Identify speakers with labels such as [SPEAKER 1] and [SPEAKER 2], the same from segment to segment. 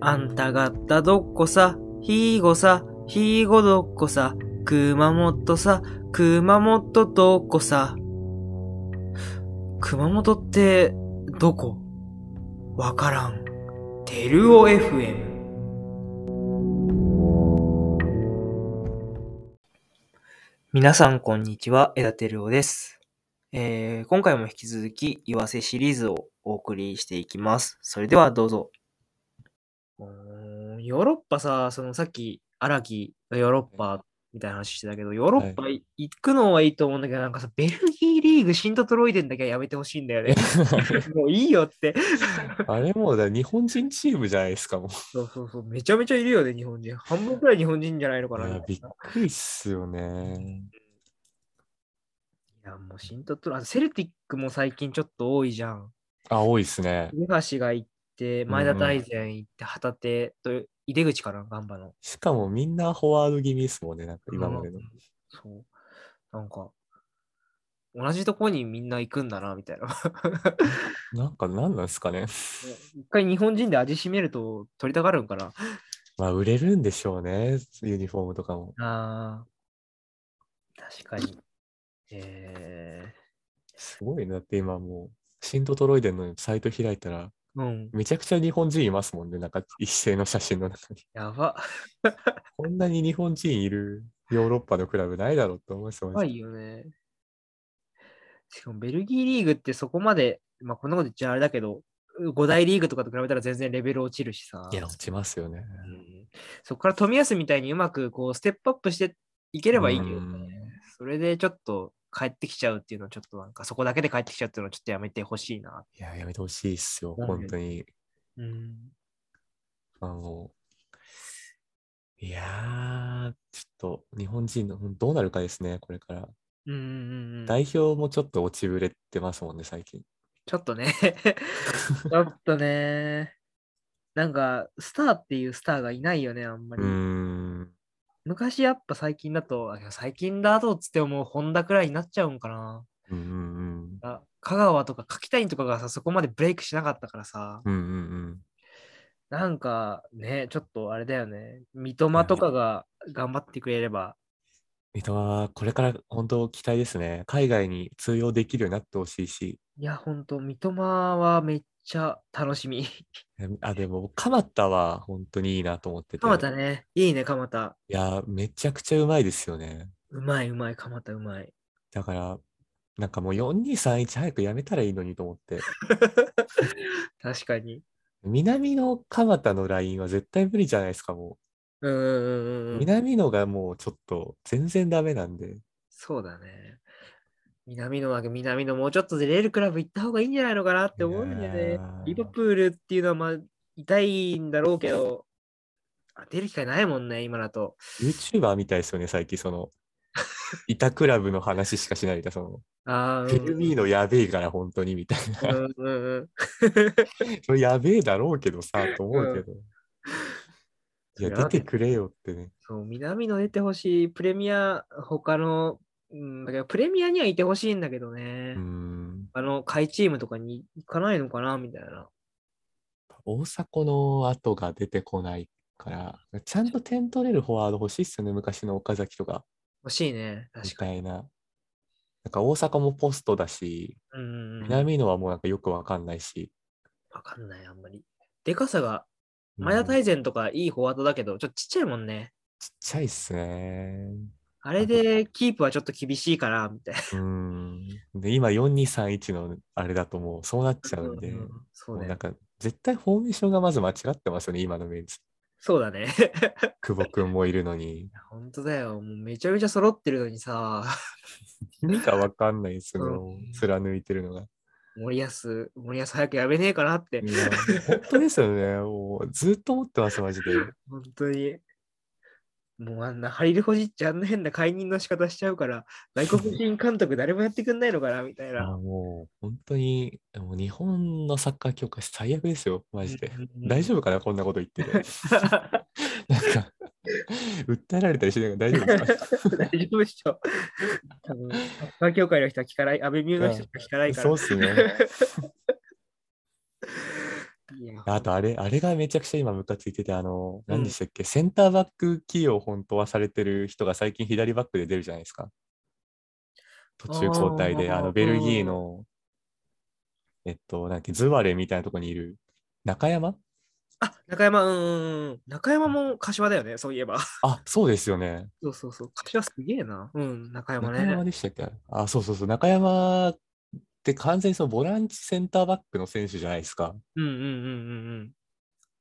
[SPEAKER 1] あんたがったどっこさ、ひーごさ、ひーごどっこさ、熊本さ、熊本どっこさ。熊本って、どこわからん。テルオ FM。皆さんこんにちは、枝テルオです。えー、今回も引き続き、言わせシリーズをお送りしていきます。それではどうぞ。ヨーロッパさ、そのさっき、荒木がヨーロッパみたいな話してたけど、ヨーロッパ行くのはいいと思うんだけど、なんかさ、ベルギーリーグ、シントトロイデンだけはやめてほしいんだよ ね。もういいよって。
[SPEAKER 2] あれもうだ日本人チームじゃないですかも
[SPEAKER 1] そうそうそう、めちゃめちゃいるよね、日本人。半分くらい日本人じゃないのか
[SPEAKER 2] う。
[SPEAKER 1] な。みたい
[SPEAKER 2] いや
[SPEAKER 1] な
[SPEAKER 2] びっくりっすよね。
[SPEAKER 1] いや、もうシントトロ、あセルティックも最近ちょっと多いじゃん。
[SPEAKER 2] あ、多いっすね。
[SPEAKER 1] 上橋が行って、前田大然行って、旗手と、井出口かな、ガンバの。
[SPEAKER 2] しかもみんなフォワード気味ですもんね、なんか今までの
[SPEAKER 1] うん。そう。なんか、同じとこにみんな行くんだな、みたいな。
[SPEAKER 2] なんか何なんですかね。
[SPEAKER 1] 一回日本人で味しめると取りたがるんかな。
[SPEAKER 2] まあ売れるんでしょうね、ユニフォームとかも。
[SPEAKER 1] あー確かに。え
[SPEAKER 2] すごいな、だって今もう、シントトロイデンのサイト開いたら、
[SPEAKER 1] ー、うん、
[SPEAKER 2] めちゃくちゃ日本人いますもんね、なんか一斉の写真の中に。
[SPEAKER 1] やば。
[SPEAKER 2] こんなに日本人いるヨーロッパのクラブないだろうって思いますよ
[SPEAKER 1] 怖
[SPEAKER 2] ね。
[SPEAKER 1] いよね。しかもベルギーリーグってそこまで、まあこんなこと言っちゃあれだけど、5大リーグとかと比べたら全然レベル落ちるしさ。
[SPEAKER 2] いや、落ちますよね。
[SPEAKER 1] うんそこから冨安みたいにうまくこうステップアップしていければいいけど
[SPEAKER 2] うん
[SPEAKER 1] ね。それでちょっと帰ってきちゃうっていうのはちょっとなんかそこだけで帰ってきちゃうっていうのはちょっとやめてほしいな。
[SPEAKER 2] いや、やめてほしいっすよ、
[SPEAKER 1] うん
[SPEAKER 2] 本当に。
[SPEAKER 1] うん。
[SPEAKER 2] あの、いやー、ちょっと日本人のほんどうなるかですね、これから。
[SPEAKER 1] うんうんうん。
[SPEAKER 2] 代表もちょっと落ちぶれてますもんね、最近。
[SPEAKER 1] ちょっとね。 ちょっとね。なんかスターっていうスターがいないよね、あんま
[SPEAKER 2] う
[SPEAKER 1] り。
[SPEAKER 2] ーん。
[SPEAKER 1] 昔やっぱ最近だと、あ最近だとっつってももうホンダくらいになっちゃうんかな。
[SPEAKER 2] うんうん
[SPEAKER 1] あ香川とか柿谷とかがさ、そこまでブレイクしなかったからさ、
[SPEAKER 2] うん。うんうんうん。
[SPEAKER 1] なんかね、ちょっとあれだよね、三笘とかが頑張ってくれれば、
[SPEAKER 2] 三笘はこれから本当期待ですね。海外に通用できるようになってほしいし。
[SPEAKER 1] いや、ほんと、三笘はめっちゃ楽し み。
[SPEAKER 2] あ、でも、鎌田は本当にいいなと思ってて。
[SPEAKER 1] 鎌田ね、いいね、鎌田。
[SPEAKER 2] いやー、めちゃくちゃうまいですよね。
[SPEAKER 1] うまいうまい、鎌田うまい。
[SPEAKER 2] だから、なんかもう4231早くやめたらいいのにと思って。
[SPEAKER 1] 確かに。
[SPEAKER 2] 南の蒲田のラインは絶対無理じゃないですか、も
[SPEAKER 1] うんうんうん
[SPEAKER 2] う。
[SPEAKER 1] うんうん。
[SPEAKER 2] 南のがもうちょっと全然ダメなんで。
[SPEAKER 1] そうだね。南のわけ、南のもうちょっとでレールクラブ行った方がいいんじゃないのかなって思うんだよ
[SPEAKER 2] い
[SPEAKER 1] ね
[SPEAKER 2] や。ー
[SPEAKER 1] リバプールっていうのはまあ痛いんだろうけど、あ出る機会ないもんね、今だと。
[SPEAKER 2] YouTuber みたいですよね、最近その。 板クラブの話しかしないみたいな、そ
[SPEAKER 1] ああ、う
[SPEAKER 2] の。
[SPEAKER 1] ん
[SPEAKER 2] フェルミーノやべえから、本当に、みたいな。
[SPEAKER 1] うんうんうん。
[SPEAKER 2] それやべえだろうけどさ、と思うけど。
[SPEAKER 1] そ
[SPEAKER 2] いや、
[SPEAKER 1] りゃ
[SPEAKER 2] 出てくれよってね。
[SPEAKER 1] そう、南の出てほしい、プレミア、他の、うん、だけどプレミアにはいてほしいんだけどね
[SPEAKER 2] うー。ん。
[SPEAKER 1] あの、下位チームとかに行かないのかな、みたいな。
[SPEAKER 2] 大迫の後が出てこないから、ちゃんと点取れるフォワード欲しいっすよね、昔の岡崎とか。
[SPEAKER 1] 欲しいね、
[SPEAKER 2] み
[SPEAKER 1] 確かに。
[SPEAKER 2] たいな。なんか大阪もポストだし、
[SPEAKER 1] うんうんうん。
[SPEAKER 2] 南野はもうなんかよくわかんないし。
[SPEAKER 1] わかんない、あんまり。でかさが前田大
[SPEAKER 2] ちっ
[SPEAKER 1] 然とかいいフォワードだけど、ちょっとちっちゃいもんね。
[SPEAKER 2] ちゃいっすね。
[SPEAKER 1] あれでキープはちょっと厳しいから、みたいな。
[SPEAKER 2] うん。で、今4231のあれだともうそうなっちゃうん で、
[SPEAKER 1] うんそう
[SPEAKER 2] もう
[SPEAKER 1] だ
[SPEAKER 2] なん
[SPEAKER 1] ね。
[SPEAKER 2] か絶対フォーメーションがまず間違ってますよね、今のメンツ。
[SPEAKER 1] そうだね。
[SPEAKER 2] 久保君もいるのに。
[SPEAKER 1] 本当だよ。もうめちゃめちゃ揃ってるのにさ、
[SPEAKER 2] 意味がわかんないです
[SPEAKER 1] う
[SPEAKER 2] よ、貫いてるのが。
[SPEAKER 1] 森保、森保早くやめねえかなって。
[SPEAKER 2] いや、本当ですよね。もうずっと思ってます、マジで。
[SPEAKER 1] 本当に。もうあんなハリルホジッチあんな変な解任の仕方しちゃうから、外国人監督誰もやってくんないのかな、みたいな。
[SPEAKER 2] あもう本当にもう日本のサッカー協会最悪ですよ、マジで。大
[SPEAKER 1] 夫
[SPEAKER 2] 丈夫かな、こんなこと言ってて。 なんか、訴えられたりしないから大丈夫ですか
[SPEAKER 1] 大丈夫でしょ。多分、サッカー協会の 人は聞かない、安倍ミューの人しか聞かないから
[SPEAKER 2] そう。っすね。
[SPEAKER 1] いや
[SPEAKER 2] あとあれ、あれがめちゃくちゃ今ムカついてて、あの、
[SPEAKER 1] うん
[SPEAKER 2] 何でしたっけ、センターバック起用本当はされてる人が最近左バックで出るじゃないですか。途中交代で、
[SPEAKER 1] あー
[SPEAKER 2] あの、ベルギーの、えっと、なんだっけ、ズワレみたいなとこにいる、中山
[SPEAKER 1] あ、中山、うんうんうん。中山も柏だよね、そういえば。
[SPEAKER 2] あ、そうですよね。
[SPEAKER 1] そうそうそう。柏すげえな。うん、中山
[SPEAKER 2] 中
[SPEAKER 1] ね。
[SPEAKER 2] 山でしたっけあ、そうそうそう。中山って完全にそのボランチセンターバックの選手じゃないですか。
[SPEAKER 1] うんうんうんうんうん。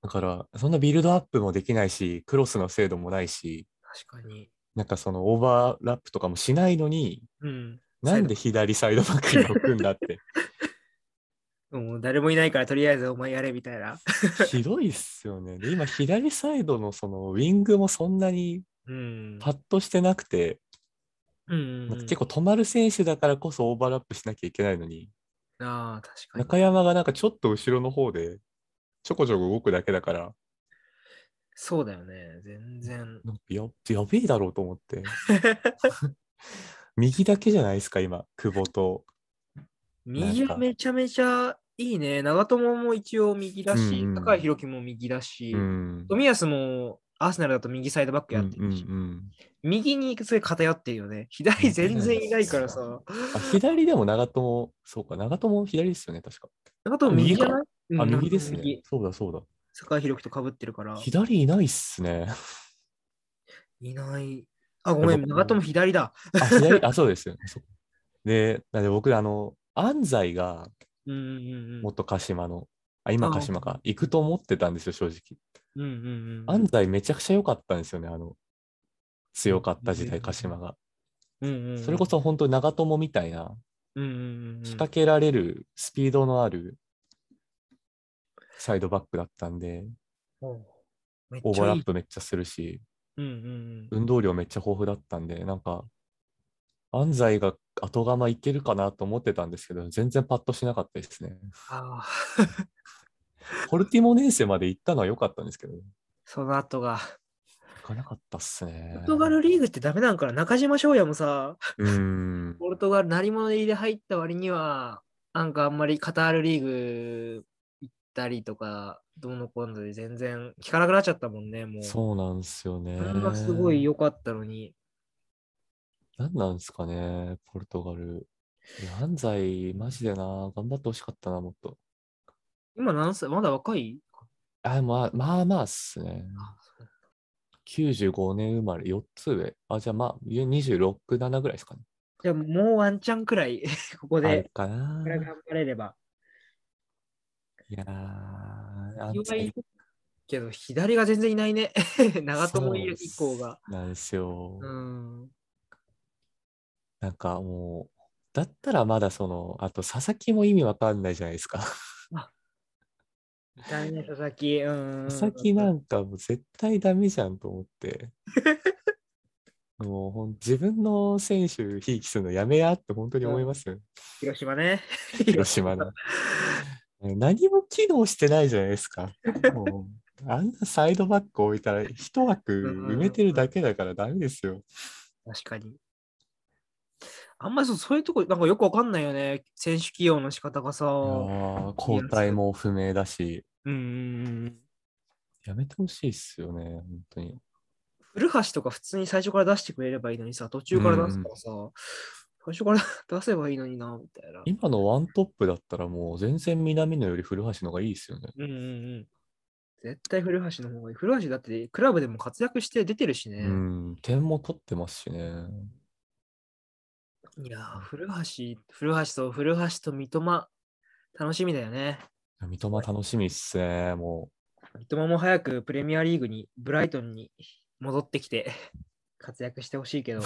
[SPEAKER 2] だから、そんなビルドアップもできないし、クロスの精度もないし、
[SPEAKER 1] 確かに。
[SPEAKER 2] なんかそのオーバーラップとかもしないのに、
[SPEAKER 1] うん。
[SPEAKER 2] なんで左サイドバックに置くんだ って。
[SPEAKER 1] もう誰もいないから、とりあえずお前やれみたい な。
[SPEAKER 2] ひどいっすよね。で、今、左サイドのそのウィングもそんなに
[SPEAKER 1] うん。
[SPEAKER 2] パッとしてなくて、
[SPEAKER 1] うんうんう
[SPEAKER 2] なん
[SPEAKER 1] ん、
[SPEAKER 2] か結構止まる選手だからこそオーバーラップしなきゃいけないのに、
[SPEAKER 1] ああ、確かに。
[SPEAKER 2] 中山がなんかちょっと後ろの方で、ちょこちょこ動くだけだから、
[SPEAKER 1] そうだよね。全然。
[SPEAKER 2] なんかややべえだろうと思 って。右だけじゃないですか、今、久保と。
[SPEAKER 1] 右
[SPEAKER 2] なん
[SPEAKER 1] は
[SPEAKER 2] か
[SPEAKER 1] めちゃめちゃいいね。長友も一応右だし、
[SPEAKER 2] うんうん
[SPEAKER 1] 高井宏樹も右だし、
[SPEAKER 2] うん。
[SPEAKER 1] 冨安もアーセナルだと右サイドバックやってるし、
[SPEAKER 2] うんうんうん
[SPEAKER 1] 右に行くと偏ってるよね。左全然いないからさ。
[SPEAKER 2] あ左でも長友、そうか、長友左ですよね、確か。
[SPEAKER 1] 長友右じゃない
[SPEAKER 2] あ、
[SPEAKER 1] うん
[SPEAKER 2] 右です
[SPEAKER 1] 右
[SPEAKER 2] ね。そうだ、そうだ。
[SPEAKER 1] 高井宏樹と被ってるから。
[SPEAKER 2] 左いないっすね。
[SPEAKER 1] いない。あ、ごめん、
[SPEAKER 2] 僕
[SPEAKER 1] 長友左だ。
[SPEAKER 2] あ、左、あ、そうですよね。そうで、なんで僕、あの、安西が
[SPEAKER 1] うんうんうん。
[SPEAKER 2] 元鹿島の、あ、今
[SPEAKER 1] あ
[SPEAKER 2] 鹿島か、行くと思ってたんですよ、正直。
[SPEAKER 1] うんうんうん。
[SPEAKER 2] 安西めちゃくちゃ良かったんですよね、あの、強かった時代、鹿島が。
[SPEAKER 1] うんうんうん
[SPEAKER 2] それこ、そ本当長友みたいな、
[SPEAKER 1] うんうんうん、
[SPEAKER 2] 仕掛けられる、スピードのある、サイドバックだったんで、
[SPEAKER 1] おうめっ
[SPEAKER 2] オー
[SPEAKER 1] ち
[SPEAKER 2] バー
[SPEAKER 1] ゃ
[SPEAKER 2] ラ
[SPEAKER 1] い
[SPEAKER 2] ッ
[SPEAKER 1] い。
[SPEAKER 2] プめっちゃするし、
[SPEAKER 1] うんうんうん。
[SPEAKER 2] 運動量めっちゃ豊富だったんで、なんか、安西が後釜いけるかなと思ってたんですけど、全然パッとしなかったですね。
[SPEAKER 1] ああ、
[SPEAKER 2] ポルティモネンセまで行ったのは良かったんですけど、行
[SPEAKER 1] その後が。
[SPEAKER 2] かなかったっすね。
[SPEAKER 1] ポルトガルリーグってダメなんから、中島翔也もさ、
[SPEAKER 2] うーん。
[SPEAKER 1] ポルトガル何者入りで入った割には、なんかあんまりカタールリーグ行ったりとか、どうのこうので全然聞かなくなっちゃったもんね、もう。
[SPEAKER 2] そうなんですよね。
[SPEAKER 1] それがすごい良かったのに。
[SPEAKER 2] 何なんですかね、ポルトガル。いや安西、マジでな、頑張ってほしかったな、もっと。
[SPEAKER 1] 今何歳まだ若い
[SPEAKER 2] あ、まあまあまあっすね。
[SPEAKER 1] あそう
[SPEAKER 2] 95年生まれ、4つ上。あ、じゃあまあ、26、7ぐらいですかね。
[SPEAKER 1] じゃあもうワンチャンくらい、 ここ
[SPEAKER 2] ある
[SPEAKER 1] で、
[SPEAKER 2] かな
[SPEAKER 1] こ。れ頑張れれば。
[SPEAKER 2] いやー、安
[SPEAKER 1] 弱
[SPEAKER 2] 西
[SPEAKER 1] いけど、左が全然いないね。 長友以降が。
[SPEAKER 2] そうなんですよ。
[SPEAKER 1] うん。
[SPEAKER 2] なんかもう、だったらまだその、あと佐々木も意味わかんないじゃないですか。
[SPEAKER 1] ダメね、佐々木。うん。
[SPEAKER 2] 佐々木なんかもう絶対ダメじゃんと思って。もうほん自分の選手ひいきするのやめやって本当に思いますよね。
[SPEAKER 1] 広島ね。
[SPEAKER 2] 広島の。何も機能してないじゃないですか。もうあんなサイドバック置いたら一枠埋めてるだけだからダメですよ。
[SPEAKER 1] 確かに。あんまりそうそういうとこ、なんかよくわかんないよね。選手起用の仕方がさ。
[SPEAKER 2] いや
[SPEAKER 1] う
[SPEAKER 2] ー交代も不明だし、
[SPEAKER 1] んうんうん。
[SPEAKER 2] やめてほしいっすよね、本当に。
[SPEAKER 1] 古橋とか普通に最初から出してくれればいいのにさ、途中から出すからさ、最初から 出せばいいのにな、みたいな。
[SPEAKER 2] 今のワントップだったらもう全然南野より古橋の方がいいですよね。
[SPEAKER 1] うんうんうん。絶対古橋の方がいい。古橋だってクラブでも活躍して出てるしね。
[SPEAKER 2] うん、点も取ってますしね。
[SPEAKER 1] いやー、古橋、古橋と古橋と三笘、楽しみだよね。
[SPEAKER 2] 三笘楽しみっすね、も
[SPEAKER 1] 三笘も早くプレミアリーグに、ブライトンに戻ってきて 活躍してほしい けど。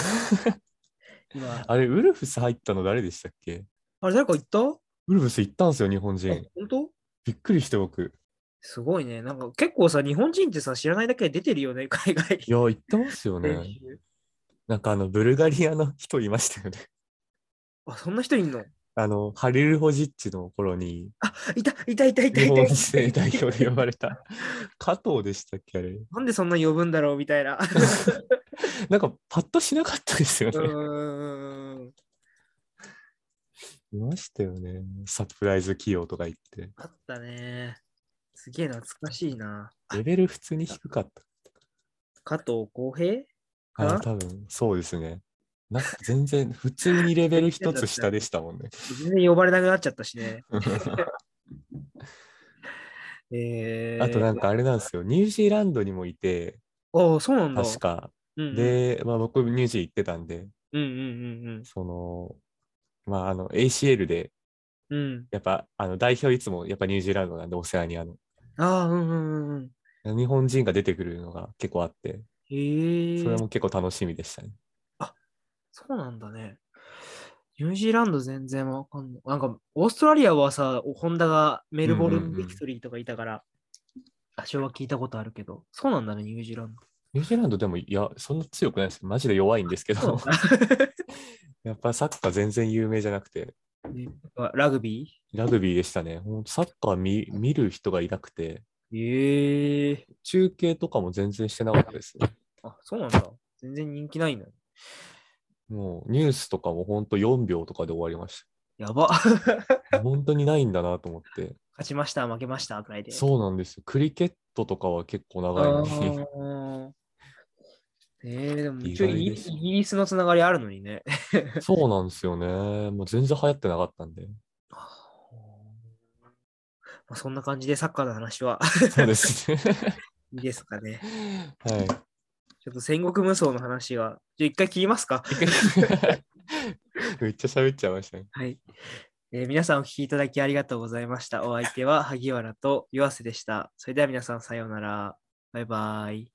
[SPEAKER 1] 今
[SPEAKER 2] う。、あれ、ウルフス入ったの誰でしたっけ
[SPEAKER 1] あれ誰か言った、
[SPEAKER 2] ウルフス行ったんですよ、日本
[SPEAKER 1] あ
[SPEAKER 2] 人。
[SPEAKER 1] 本当
[SPEAKER 2] びっくりして僕。
[SPEAKER 1] すごいね。なんか結構さ、日本人ってさ、知らないだけで出てるよね、海外
[SPEAKER 2] いや、行ってますよ
[SPEAKER 1] 練
[SPEAKER 2] ね。
[SPEAKER 1] 習
[SPEAKER 2] なんかあの、ブルガリアの人いましたよね。
[SPEAKER 1] あ、そんな人いんの
[SPEAKER 2] あの、ハリルホジッチの頃に、
[SPEAKER 1] いた、いた、いた、いた、
[SPEAKER 2] 日
[SPEAKER 1] い
[SPEAKER 2] 本
[SPEAKER 1] た。
[SPEAKER 2] 人代表で呼ばれた。加藤でしたっけ、あれ。
[SPEAKER 1] なんでそんな呼ぶんだろうみたいな。
[SPEAKER 2] なんか、パッとしなかったですよ
[SPEAKER 1] う
[SPEAKER 2] ね。
[SPEAKER 1] ーん。
[SPEAKER 2] いましたよね。サプライズ起用とか言って。
[SPEAKER 1] あったね。すげえ懐かしいな。
[SPEAKER 2] レベル普通に低かった。
[SPEAKER 1] 加藤浩平か
[SPEAKER 2] あ
[SPEAKER 1] な
[SPEAKER 2] あ、多分、そうですね。なんか全然、普通にレベル一つ下でした もんね。
[SPEAKER 1] 全然呼ばれなくなっちゃったしね。えー、
[SPEAKER 2] あとなんかあれなんですよ、ニュージーランドにもいて、
[SPEAKER 1] ああ、そうなんだ。
[SPEAKER 2] 確か。
[SPEAKER 1] うんうん、
[SPEAKER 2] で、まあ僕、ニュージー行ってたんで、
[SPEAKER 1] うんうん
[SPEAKER 2] その、まああの、ACL で、
[SPEAKER 1] うんうん。うん。
[SPEAKER 2] やっぱ、あの、代表いつもやっぱニュージーランドなんで、オセアニアの。
[SPEAKER 1] ああ、うんうんうんうん。
[SPEAKER 2] 日本人が出てくるのが結構あって、
[SPEAKER 1] へえ
[SPEAKER 2] それも結構楽しみでしたね。
[SPEAKER 1] そうなんだね。ニュージーランド全然わかんない。なんか、オーストラリアはさ、ホンダがメルボル
[SPEAKER 2] うんうん
[SPEAKER 1] ン・
[SPEAKER 2] うん
[SPEAKER 1] ビクトリーとかいたから、多少は聞いたことあるけど、そうなんだね、ニュージーランド。
[SPEAKER 2] ニュージーランドでも、いや、そんな強くないですけど、マジで弱いんですけ
[SPEAKER 1] そう
[SPEAKER 2] ど、
[SPEAKER 1] なんだ
[SPEAKER 2] やっぱサッカー全然有名じゃなくて、
[SPEAKER 1] ね ラグビ
[SPEAKER 2] ラグビーでしたね。ほんとサッカー見見る人がいなくて、
[SPEAKER 1] ーへえ
[SPEAKER 2] 中継とかも全然してなかったですね。
[SPEAKER 1] あ、そうなんだ。全然人気ないの。
[SPEAKER 2] もうニュースとかもほんと4秒とかで終わりまし
[SPEAKER 1] やば。 勝
[SPEAKER 2] た。本当にないんだなと思って。
[SPEAKER 1] ちました、負けました、くらいで。
[SPEAKER 2] そうなんですよ。クリケットとかは結構長い
[SPEAKER 1] あ
[SPEAKER 2] のに。
[SPEAKER 1] ーえー、でも
[SPEAKER 2] 意
[SPEAKER 1] 一応
[SPEAKER 2] 外
[SPEAKER 1] イギ
[SPEAKER 2] で
[SPEAKER 1] リ
[SPEAKER 2] す
[SPEAKER 1] イギリスのつながりあるのにね。
[SPEAKER 2] そうなんですよね。もう全然流行ってなかったんで。
[SPEAKER 1] まあ、そんな感じでサッカーの話は
[SPEAKER 2] そうですね。
[SPEAKER 1] いいですかね。
[SPEAKER 2] はい。
[SPEAKER 1] ちょっと戦国無双の話は、じゃあ一回切りますか。
[SPEAKER 2] めっちゃ喋っちゃいましたね。
[SPEAKER 1] はい、えー皆さんお聞きいただきありがとうございました。お相手は萩原と湯浅でした。それでは皆さんさようなら。バイバイ。